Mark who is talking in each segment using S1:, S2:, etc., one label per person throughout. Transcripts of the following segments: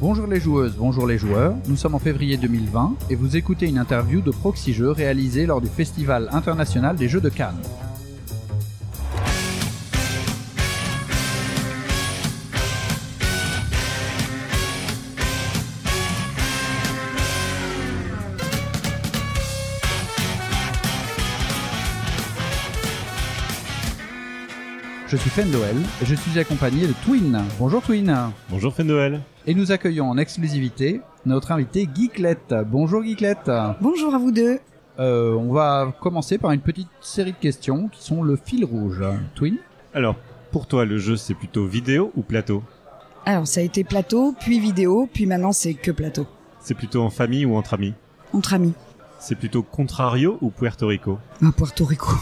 S1: Bonjour les joueuses, bonjour les joueurs, nous sommes en février 2020 et vous écoutez une interview de Proxy Jeux réalisée lors du Festival international des jeux de Cannes. Je suis Fendoel et je suis accompagné de Twin. Bonjour Twin.
S2: Bonjour Fendoel.
S1: Et nous accueillons en exclusivité notre invité Geeklette. Bonjour Geeklette.
S3: Bonjour à vous deux.
S1: Euh, on va commencer par une petite série de questions qui sont le fil rouge. Twin
S2: Alors, pour toi, le jeu, c'est plutôt vidéo ou plateau
S3: Alors, ça a été plateau, puis vidéo, puis maintenant c'est que plateau.
S2: C'est plutôt en famille ou entre amis
S3: Entre amis.
S2: C'est plutôt Contrario ou Puerto Rico
S3: À Puerto Rico. Coup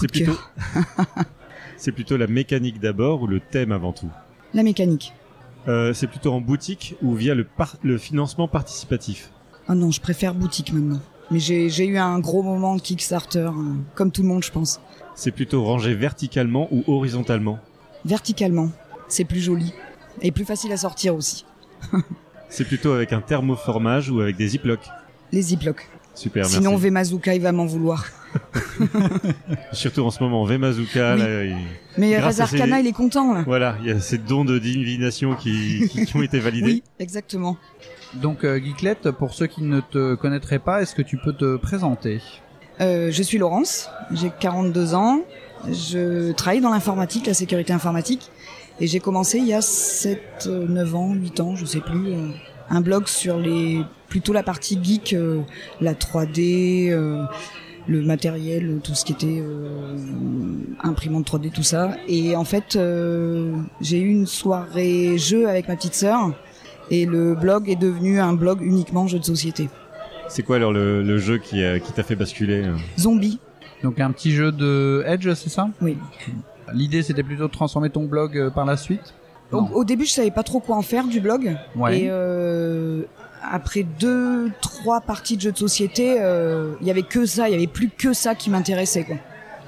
S2: C'est
S3: de
S2: plutôt,
S3: cœur.
S2: c'est plutôt la mécanique d'abord ou le thème avant tout
S3: La mécanique.
S2: Euh, C'est plutôt en boutique ou via le, par- le financement participatif
S3: Ah non, je préfère boutique maintenant. Mais j'ai j'ai eu un gros moment de Kickstarter, hein, comme tout le monde, je pense.
S2: C'est plutôt rangé verticalement ou horizontalement
S3: Verticalement, c'est plus joli. Et plus facile à sortir aussi.
S2: C'est plutôt avec un thermoformage ou avec des ziplocs
S3: Les ziplocs.
S2: Super,
S3: Sinon,
S2: merci.
S3: Vemazuka, il va m'en vouloir.
S2: Surtout en ce moment, Vemazuka,
S3: Oui.
S2: là, il-
S3: Mais
S2: Grâce à ces-
S3: Razarkana, il est content, là.
S2: voilà, il y a ces dons de divination qui, qui- qui ont été validés.
S3: Oui, exactement.
S1: Donc euh, Geeklette, pour ceux qui ne te connaîtraient pas, est-ce que tu peux te présenter
S3: Euh, je suis Laurence, j'ai 42 ans, je travaille dans l'informatique, la sécurité informatique, et j'ai commencé il y a 7, euh, 9 ans, 8 ans, je sais plus, euh, un blog sur les plutôt la partie geek, euh, la 3D, euh, le matériel, tout ce qui était euh, imprimante 3D, tout ça. Et en fait, euh, j'ai eu une soirée jeu avec ma petite sœur, et le blog est devenu un blog uniquement jeu de société.
S2: C'est quoi alors le, le jeu qui, euh, qui t'a fait basculer euh
S3: Zombie,
S1: Donc un petit jeu de Edge, c'est ça
S3: oui.
S1: L'idée c'était plutôt de transformer ton blog euh, par la suite
S3: Au,
S1: Non.
S3: au début, je savais pas trop quoi en faire du blog.
S1: Ouais.
S3: Et euh, après deux, trois parties de jeux de société, euh, il y avait que ça, il y avait plus que ça qui m'intéressait quoi.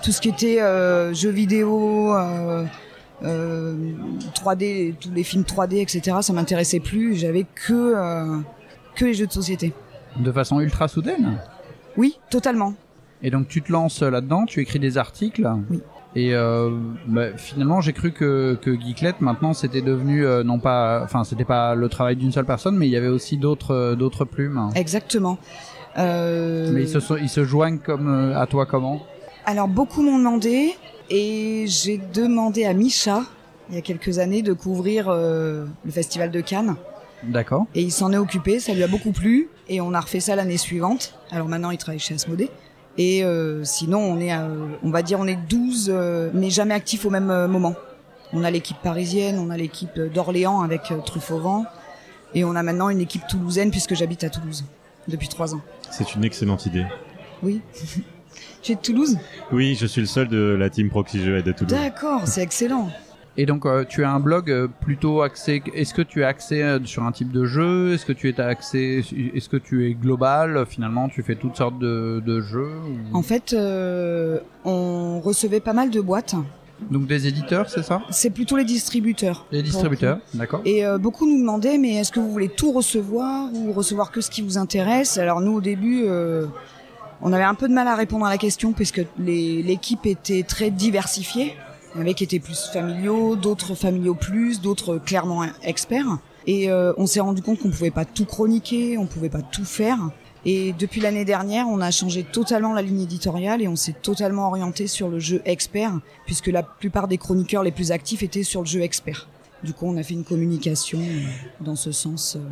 S3: Tout ce qui était euh, jeux vidéo, euh, euh, 3D, tous les films 3D, etc. Ça m'intéressait plus. J'avais que euh, que les jeux de société.
S1: De façon ultra soudaine
S3: Oui, totalement.
S1: Et donc tu te lances euh, là-dedans, tu écris des articles.
S3: Oui.
S1: Et euh, bah, finalement, j'ai cru que que Geeklette maintenant c'était devenu euh, non pas, enfin c'était pas le travail d'une seule personne, mais il y avait aussi d'autres euh, d'autres plumes.
S3: Exactement. Euh,
S1: Mais ils se sont- ils se joignent comme euh, à toi comment
S3: Alors beaucoup m'ont demandé et j'ai demandé à Micha il y a quelques années de couvrir euh, le festival de Cannes
S1: D'accord.
S3: et il s'en est occupé, ça lui a beaucoup plu et on a refait ça l'année suivante. Alors maintenant il travaille chez Asmodée et euh, sinon on est à- on va dire on est 12 euh, mais jamais actifs au même euh, moment. On a l'équipe parisienne, on a l'équipe d'Orléans avec euh, Truffauvent et on a maintenant une équipe toulousaine puisque j'habite à Toulouse depuis trois ans.
S2: C'est une excellente idée.
S3: Oui. Tu es de Toulouse
S2: Oui, je suis le seul de la team Proxy Jeux et de Toulouse.
S3: D'accord, c'est excellent.
S1: Et donc euh, tu as un blog euh, plutôt axé. Est-ce que tu es axé euh, sur un type de jeu Est-ce que tu es axé Est-ce que tu es global Finalement, tu fais toutes sortes de, de jeux. ou-
S3: En fait, euh, on recevait pas mal de boîtes.
S1: Donc des éditeurs, c'est ça
S3: C'est plutôt les distributeurs.
S1: Des distributeurs, d'accord.
S3: Et euh, beaucoup nous demandaient, mais est-ce que vous voulez tout recevoir ou recevoir que ce qui vous intéresse Alors nous, au début, euh, on avait un peu de mal à répondre à la question puisque les- l'équipe était très diversifiée. Il y en avait qui étaient plus familiaux, d'autres familiaux plus, d'autres clairement experts. Et euh, on s'est rendu compte qu'on pouvait pas tout chroniquer, on pouvait pas tout faire. Et depuis l'année dernière, on a changé totalement la ligne éditoriale et on s'est totalement orienté sur le jeu expert, puisque la plupart des chroniqueurs les plus actifs étaient sur le jeu expert. Du coup, on a fait une communication euh, dans ce sens. euh,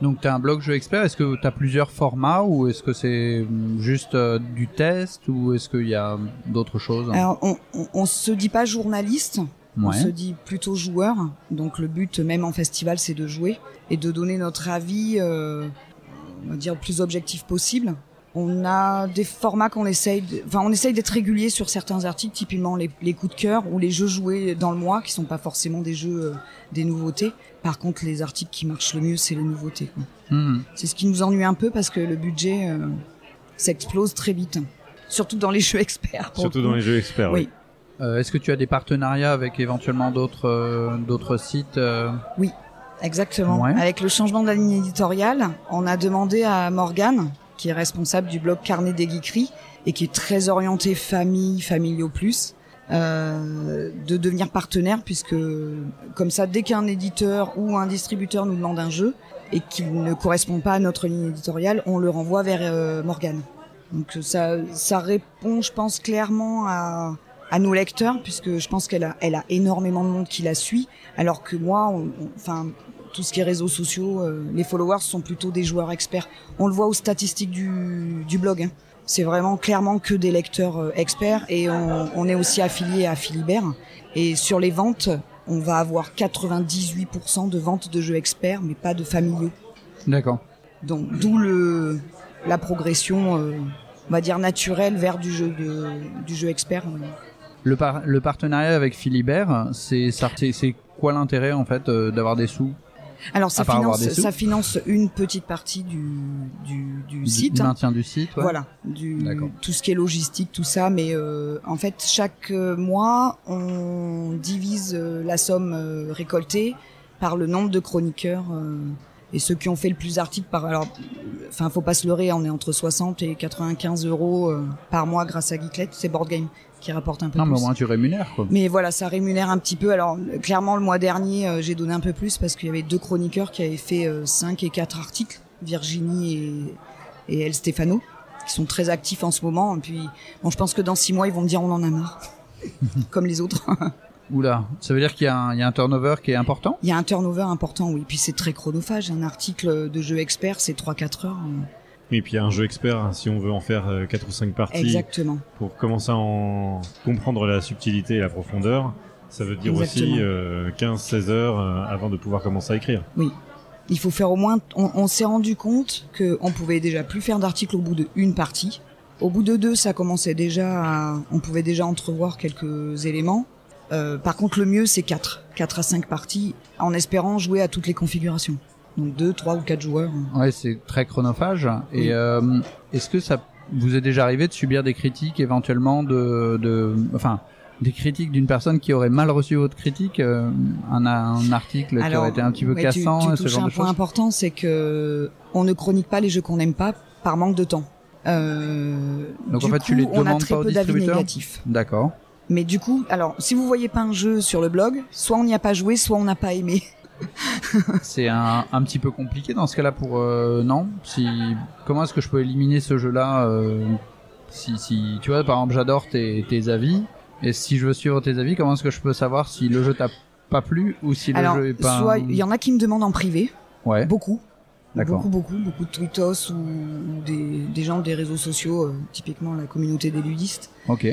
S1: Donc tu as un blog jeu expert, est-ce que tu as plusieurs formats ou est-ce que c'est hum, juste euh, du test ou est-ce qu'il y a hum, d'autres choses
S3: Alors, on, on, on se dit pas journaliste, on
S1: Ouais.
S3: se dit plutôt joueur. Donc, le but, même en festival, c'est de jouer et de donner notre avis, euh, on va dire, le plus objectif possible. On a des formats qu'on essaye, de- enfin, on essaye d'être régulier sur certains articles, typiquement les, les coups de cœur ou les jeux joués dans le mois, qui sont pas forcément des jeux, euh, des nouveautés. Par contre, les articles qui marchent le mieux, c'est les nouveautés. quoi.
S1: Mhm.
S3: C'est ce qui nous ennuie un peu parce que le budget euh, s'explose très vite. Surtout dans les jeux experts. pour le
S2: Surtout
S3: coup.
S2: dans les jeux experts.
S3: Oui.
S2: Oui.
S1: Euh, Est-ce que tu as des partenariats avec éventuellement d'autres euh, d'autres sites euh,
S3: Exactement.
S1: Ouais.
S3: Avec le changement de la ligne éditoriale, on a demandé à Morgane, qui est responsable du blog Carnet des Geekeries et qui est très orienté famille, familiaux plus, euh, de devenir partenaire puisque comme ça, dès qu'un éditeur ou un distributeur nous demande un jeu et qu'il ne correspond pas à notre ligne éditoriale, on le renvoie vers euh, Morgane. Donc ça, ça répond, je pense, clairement à, à nos lecteurs puisque je pense qu'elle a, elle a énormément de monde qui la suit alors que moi, on- on- enfin tout ce qui est réseaux sociaux, euh, les followers sont plutôt des joueurs experts. On le voit aux statistiques du, du blog. hein. C'est vraiment clairement que des lecteurs euh, experts et on, on est aussi affilié à Philibert. Et sur les ventes, on va avoir 98% de ventes de jeux experts, mais pas de familiaux.
S1: D'accord.
S3: Donc d'où le la progression, euh, on va dire naturelle, vers du jeu de, du jeu expert. euh,
S1: Le, par- le partenariat avec Philibert, c'est ça- c'est- c'est quoi l'intérêt en fait euh, d'avoir des sous
S3: Alors ça
S1: À part avoir
S3: finance,
S1: des sous.
S3: ça finance une petite partie du, du, du
S1: Du
S3: site. hein.
S1: maintien du site ouais.
S3: Voilà, du,
S1: D'accord.
S3: tout ce qui est logistique, tout ça. Mais euh, en fait, chaque euh, mois, on divise euh, la somme euh, récoltée par le nombre de chroniqueurs euh, et ceux qui ont fait le plus d'articles. Par alors, euh, enfin, faut pas se leurrer, on est entre 60 et 95 euros euh, par mois grâce à Geeklet. C'est Board Game qui rapporte un peu
S1: Non,
S3: plus.
S1: mais au moins tu rémunères quoi.
S3: Mais voilà, ça rémunère un petit peu. Alors euh, clairement, le mois dernier, euh, j'ai donné un peu plus parce qu'il y avait deux chroniqueurs qui avaient fait 5 et 4 articles, Virginie et, et El Stefano, qui sont très actifs en ce moment. Et puis, bon, je pense que dans 6 mois, ils vont me dire on en a marre, comme les autres.
S1: Oula, ça veut dire qu'il y, a un- il y a un turnover qui est important
S3: Il y a un turnover important, oui. Puis c'est très chronophage. Un article de jeu expert, c'est 3-4 heures. euh,
S2: Et puis il y a un jeu expert, hein, si on veut en faire 4 ou 5 parties
S3: Exactement.
S2: pour commencer à en comprendre la subtilité et la profondeur, ça veut dire aussi
S3: Exactement.
S2: 15-16 heures euh, avant de pouvoir commencer à écrire.
S3: Il faut faire au moins. On, on s'est rendu compte que on pouvait déjà plus faire d'articles au bout de une partie. Au bout de deux, ça commençait déjà. À, on pouvait déjà entrevoir quelques éléments. Euh, par contre, le mieux, c'est quatre, quatre à cinq parties, en espérant jouer à toutes les configurations. Donc deux, trois ou quatre joueurs.
S1: Ouais, c'est très chronophage. Et
S3: Oui.
S1: euh, est-ce que ça vous est déjà arrivé de subir des critiques éventuellement de, de enfin des critiques d'une personne qui aurait mal reçu votre critique, euh, un, un article qui aurait été un petit peu
S3: ouais, tu-
S1: cassant,
S3: tu,
S1: ce
S3: touches
S1: genre
S3: un
S1: de
S3: point
S1: choses.
S3: important, c'est que on ne chronique pas les jeux qu'on n'aime pas par manque de temps. Euh,
S1: Donc,
S3: du
S1: en fait, tu les
S3: coup, on a
S1: demandes
S3: très
S1: pas au
S3: peu d'avis
S1: distributeur
S3: négatifs.
S1: D'accord.
S3: Mais du coup, alors, si vous voyez pas un jeu sur le blog, soit on n'y a pas joué, soit on n'a pas aimé.
S1: C'est un, un petit peu compliqué dans ce cas-là pour euh, non. Si comment est-ce que je peux éliminer ce jeu-là euh, si, si tu vois par exemple j'adore tes, tes avis et si je veux suivre tes avis comment est-ce que je peux savoir si le jeu t'a pas plu ou si le
S3: alors,
S1: jeu est pas
S3: soit il y en a qui me demandent en privé,
S1: ouais
S3: beaucoup,
S1: d'accord
S3: beaucoup, beaucoup, beaucoup de tweetos ou, ou des, des gens des réseaux sociaux, euh, typiquement la communauté des ludistes.
S1: ok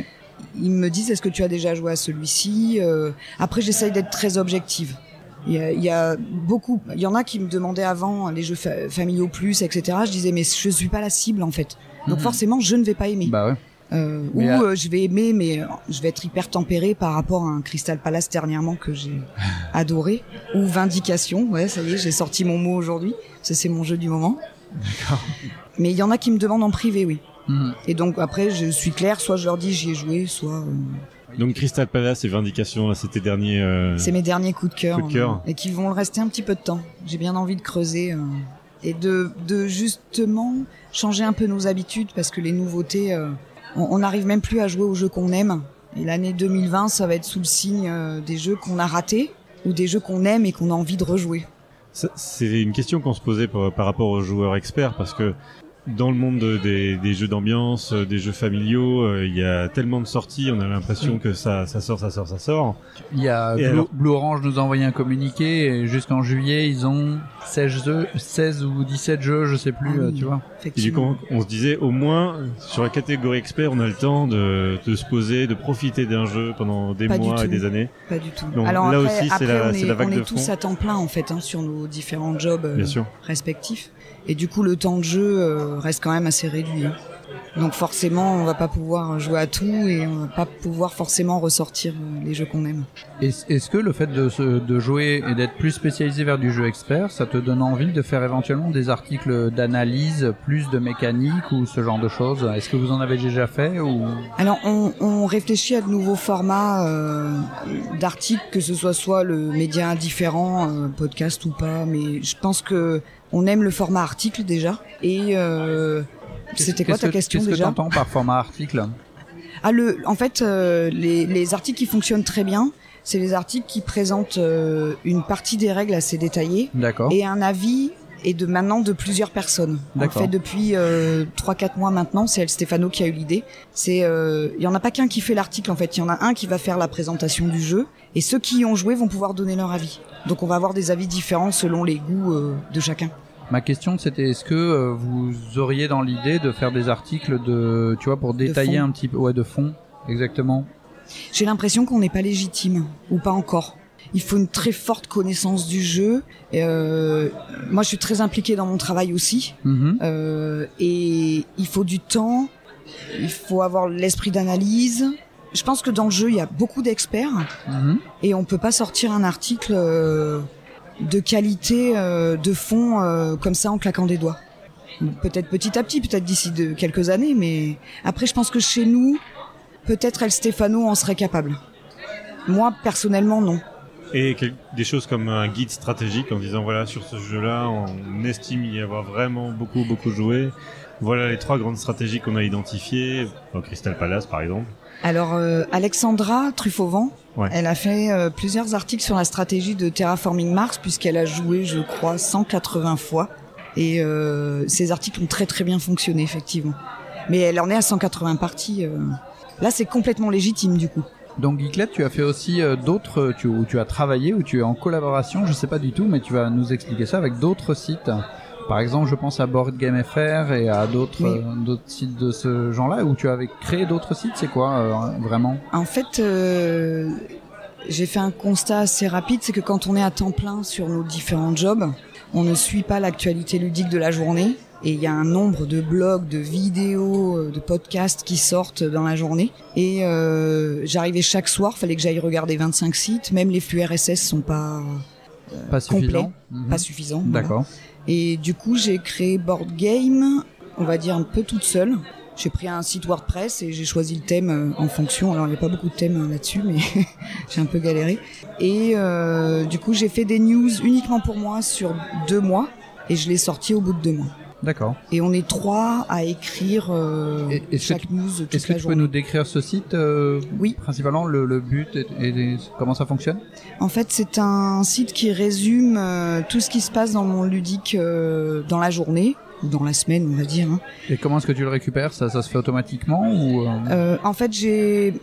S3: Ils me disent est-ce que tu as déjà joué à celui-ci Euh, Après, j'essaye d'être très objective. Il y, a, il y a beaucoup, il y en a qui me demandaient avant les jeux fa- familiaux plus, etc. Je disais mais je suis pas la cible en fait, donc
S1: Mhm.
S3: forcément je ne vais pas aimer.
S1: bah ouais
S3: Euh, ou
S1: Mais à-
S3: euh, je vais aimer, mais euh, je vais être hyper tempéré par rapport à un Crystal Palace dernièrement que j'ai adoré. Ou Vindication, ouais, ça y est, j'ai sorti mon mot aujourd'hui. Ça, c'est mon jeu du moment. Mais il y en a qui me demandent en privé, oui.
S1: Mhm.
S3: Et donc après, je suis claire, soit je leur dis j'y ai joué, soit euh,
S2: Donc Crystal Palace et Vindication, là, c'était dernier. euh,
S3: c'est mes derniers coups de cœur.
S2: Coup de cœur.
S3: euh, et qui vont le rester un petit peu de temps. J'ai bien envie de creuser. euh, et de, de justement changer un peu nos habitudes parce que les nouveautés, euh, on on n'arrive même plus à jouer aux jeux qu'on aime. Et l'année 2020, ça va être sous le signe euh, des jeux qu'on a ratés ou des jeux qu'on aime et qu'on a envie de rejouer.
S2: Ça, C'est une question qu'on se posait par, par rapport aux joueurs experts parce que dans le monde de- des, des jeux d'ambiance, euh, des jeux familiaux, euh, il y a tellement de sorties, on a l'impression que ça, ça sort, ça sort, ça sort.
S1: il y a
S2: Et
S1: Blue,
S2: alors
S1: Blue Orange nous a envoyé un communiqué et jusqu'en juillet ils ont 16 jeux 16 ou 17 jeux je sais plus
S3: Ah oui.
S1: euh, tu vois
S2: Et du coup,
S3: Effectivement.
S2: on, on se disait au moins euh, sur la catégorie expert, on a le temps de, de se poser, de profiter d'un jeu pendant des
S3: Pas du
S2: mois et
S3: tout.
S2: des années.
S3: Pas du tout.
S2: Donc, là aussi, c'est
S3: après,
S2: la-
S3: on
S2: c'est
S3: est,
S2: la vague
S3: on est
S2: de
S3: tous
S2: fond.
S3: à temps plein en fait hein, sur nos différents jobs euh,
S2: Bien sûr.
S3: respectifs. Et du coup, le temps de jeu euh, reste quand même assez réduit. hein. Donc forcément, on va pas pouvoir jouer à tout et on va pas pouvoir forcément ressortir euh, les jeux qu'on aime.
S1: Est-ce est-ce que le fait de, se- de jouer et d'être plus spécialisé vers du jeu expert, ça te donne envie de faire éventuellement des articles d'analyse, plus de mécanique ou ce genre de choses Est-ce que vous en avez déjà fait ou
S3: Alors, on, on réfléchit à de nouveaux formats euh, d'articles, que ce soit soit le média indifférent, euh, podcast ou pas, mais je pense que on aime le format article déjà. Et euh, c'était quoi
S1: Qu'est-ce
S3: ta
S1: que-
S3: question
S1: Qu'est-ce que
S3: déjà
S1: t'entends par format article
S3: Ah, le, en fait, euh, les, les articles qui fonctionnent très bien, c'est les articles qui présentent euh, une partie des règles assez détaillées
S1: D'accord.
S3: et un avis et de maintenant de plusieurs personnes. En
S1: D'accord.
S3: fait, depuis euh, 3-4 mois maintenant, c'est El Stefano qui a eu l'idée. C'est, euh, il y en a pas qu'un qui fait l'article en fait, il y en a un qui va faire la présentation du jeu et ceux qui y ont joué vont pouvoir donner leur avis. Donc on va avoir des avis différents selon les goûts euh, de chacun.
S1: Ma question c'était est-ce que euh, vous auriez dans l'idée de faire des articles de tu vois pour détailler
S3: fond.
S1: un petit peu ouais de fond exactement
S3: J'ai l'impression qu'on n'est pas légitime, ou pas encore. Il faut une très forte connaissance du jeu. Et, euh, moi, je suis très impliquée dans mon travail aussi.
S1: Mhm.
S3: Euh, et il faut du temps, il faut avoir l'esprit d'analyse. Je pense que dans le jeu, il y a beaucoup d'experts
S1: Mhm.
S3: et on peut pas sortir un article euh, de qualité, euh, de fond, euh, comme ça en claquant des doigts. Peut-être petit à petit, peut-être d'ici de quelques années, mais après, je pense que chez nous, peut-être El Stefano en serait capable. Moi, personnellement, non.
S2: Et quel- des choses comme un guide stratégique en disant voilà sur ce jeu-là on estime y avoir vraiment beaucoup beaucoup joué. Voilà les trois grandes stratégies qu'on a identifiées. Au Crystal Palace par exemple.
S3: Alors, euh, Alexandra Truffauvent,
S2: Ouais.
S3: elle a fait euh, plusieurs articles sur la stratégie de Terraforming Mars, puisqu'elle a joué, je crois, 180 fois. Et euh, ces articles ont très très bien fonctionné, effectivement. Mais elle en est à 180 parties. euh. Là, c'est complètement légitime, du coup.
S1: Donc Geeklet, tu as fait aussi euh, d'autres, euh, tu, où tu as travaillé, ou tu es en collaboration, je sais pas du tout, mais tu vas nous expliquer ça avec d'autres sites. Par exemple, je pense à Board Game FR et à d'autres
S3: Oui.
S1: euh, d'autres sites de ce genre-là, où tu avais créé d'autres sites, c'est quoi euh, vraiment
S3: En fait, euh, j'ai fait un constat assez rapide, c'est que quand on est à temps plein sur nos différents jobs, on ne suit pas l'actualité ludique de la journée. Et il y a un nombre de blogs, de vidéos, euh, de podcasts qui sortent dans la journée. Et euh, j'arrivais chaque soir, fallait que j'aille regarder 25 sites. Même les flux RSS sont pas
S1: Pas suffisant
S3: complet.
S1: Mhm.
S3: pas suffisants. voilà.
S1: D'accord.
S3: Et du coup, j'ai créé Board Game, on va dire un peu toute seule. J'ai pris un site WordPress et j'ai choisi le thème euh, en fonction. Alors, il n'y a pas beaucoup de thèmes euh, là-dessus, mais j'ai un peu galéré. Et euh, du coup, j'ai fait des news uniquement pour moi sur deux mois et je l'ai sorti au bout de deux mois.
S1: D'accord.
S3: Et on est trois à écrire euh,
S1: Et- est-ce que
S3: chaque news toute
S1: Est-ce que
S3: la
S1: tu peux
S3: journée.
S1: nous décrire ce site euh,
S3: Oui.
S1: Principalement, le, le but et, et- et comment ça fonctionne
S3: En fait, c'est un site qui résume euh, tout ce qui se passe dans mon ludique euh, dans la journée ou dans la semaine, on va dire. hein.
S1: Et comment est-ce que tu le récupères ça, ça se fait automatiquement ou euh,
S3: Euh, en fait, j'ai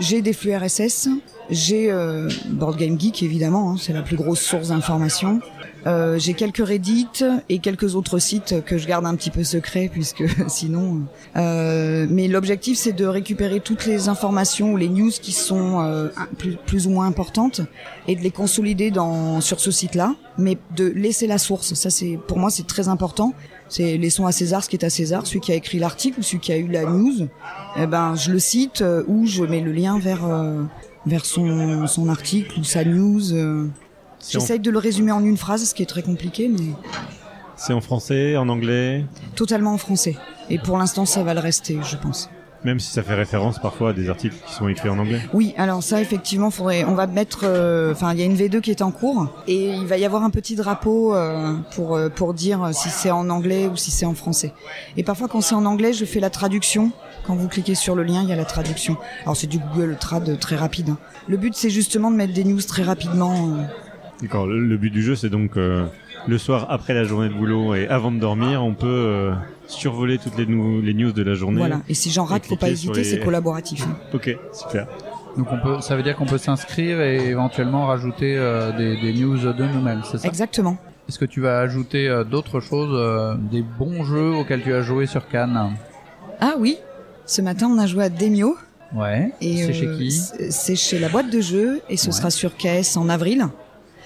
S3: j'ai des flux RSS, j'ai euh, Board Game Geek évidemment, hein, c'est la plus grosse source d'information. Euh, j'ai quelques Reddit et quelques autres sites que je garde un petit peu secrets puisque sinon. euh, euh, mais l'objectif c'est de récupérer toutes les informations ou les news qui sont euh, un- plus, plus ou moins importantes et de les consolider dans sur ce site-là, mais de laisser la source. Ça c'est pour moi c'est très important. C'est laissons à César ce qui est à César, celui qui a écrit l'article ou celui qui a eu la news eh ben, je le cite euh, ou je mets le lien vers, euh, vers son, son article ou sa news. euh.
S2: C'est en,
S3: J'essaye de le résumer en une phrase, ce qui est très compliqué, mais
S2: c'est en français, en anglais,
S3: totalement en français. Et pour l'instant, ça va le rester, je pense.
S2: même si ça fait référence parfois à des articles qui sont écrits en anglais.
S3: Oui, alors ça, effectivement, faudrait, on va mettre. euh, Enfin, il y a une V2 qui est en cours et il va y avoir un petit drapeau euh, pour, euh, pour dire si c'est en anglais ou si c'est en français. Et parfois, quand c'est en anglais, je fais la traduction. Quand vous cliquez sur le lien, il y a la traduction. Alors, c'est du Google Trad euh, très rapide. hein. Le but, c'est justement de mettre des news très rapidement. euh,
S2: D'accord. Le, le but du jeu c'est donc euh, le soir après la journée de boulot et avant de dormir on peut euh, survoler toutes les, nou- les news de la journée.
S3: Voilà. Et si j'en rate,
S2: Et
S3: faut pas
S2: cliquez sur
S3: hésiter,
S2: les-
S3: c'est collaboratif. hein.
S2: Ok, super.
S1: Donc on peut, ça veut dire qu'on peut s'inscrire et éventuellement rajouter euh, des, des news de nous-mêmes, c'est ça
S3: Exactement.
S1: Est-ce que tu vas ajouter euh, d'autres choses, euh, des bons jeux auxquels tu as joué sur Cannes
S3: Ah oui. Ce matin, on a joué à Demio.
S1: Ouais.
S3: Et
S1: C'est
S3: euh,
S1: chez qui
S3: c'est- C'est chez la boîte de jeux et ce
S1: Ouais.
S3: sera sur KS en avril.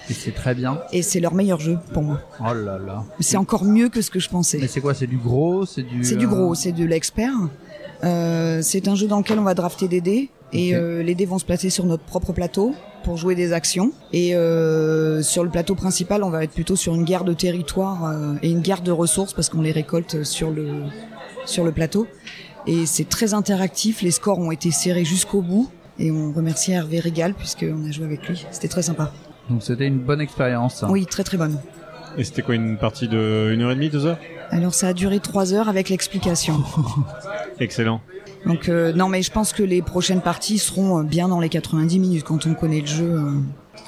S1: Et c'est très bien.
S3: Et c'est leur meilleur jeu pour moi.
S1: Oh là là.
S3: C'est encore mieux que ce que je
S1: Mais
S3: pensais.
S1: c'est quoi C'est du gros C'est du.
S3: C'est
S1: euh,
S3: du gros, c'est de l'expert. Euh, c'est un jeu dans lequel on va drafter des dés et
S1: Ok.
S3: euh, les dés vont se placer sur notre propre plateau pour jouer des actions. Et euh, sur le plateau principal, on va être plutôt sur une guerre de territoire euh, et une guerre de ressources parce qu'on les récolte sur le sur le plateau. Et c'est très interactif. Les scores ont été serrés jusqu'au bout. Et on remercie Hervé Régal puisqu'on a joué avec lui. C'était très sympa.
S1: Donc c'était une bonne expérience. ça.
S3: Oui, très très bonne.
S2: Et c'était quoi une partie de une heure et demie, deux heures
S3: Alors ça a duré trois heures avec l'explication.
S2: Excellent.
S3: Donc euh, non, mais je pense que les prochaines parties seront euh, bien dans les 90 minutes quand on connaît le jeu. euh,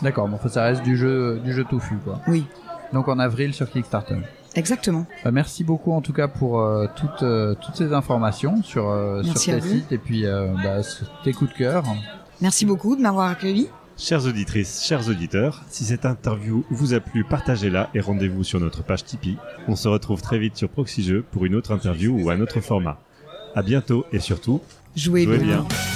S1: D'accord. Bon, enfin, ça reste du jeu, du jeu touffu, quoi.
S3: oui,
S1: Donc en avril sur Kickstarter.
S3: exactement.
S1: Euh, merci beaucoup en tout cas pour euh, toutes euh, toutes ces informations sur euh, sur
S3: Merci
S1: tes
S3: à vous.
S1: sites et puis euh, bah, sur tes coups de cœur.
S3: Merci beaucoup de m'avoir accueilli.
S2: Chères auditrices, chers auditeurs, si cette interview vous a plu, partagez-la et rendez-vous sur notre page Tipeee. On se retrouve très vite sur Proxy Jeux pour une autre interview ou un autre format. À bientôt et surtout,
S3: Jouez,
S2: jouez
S3: bien.
S2: bien.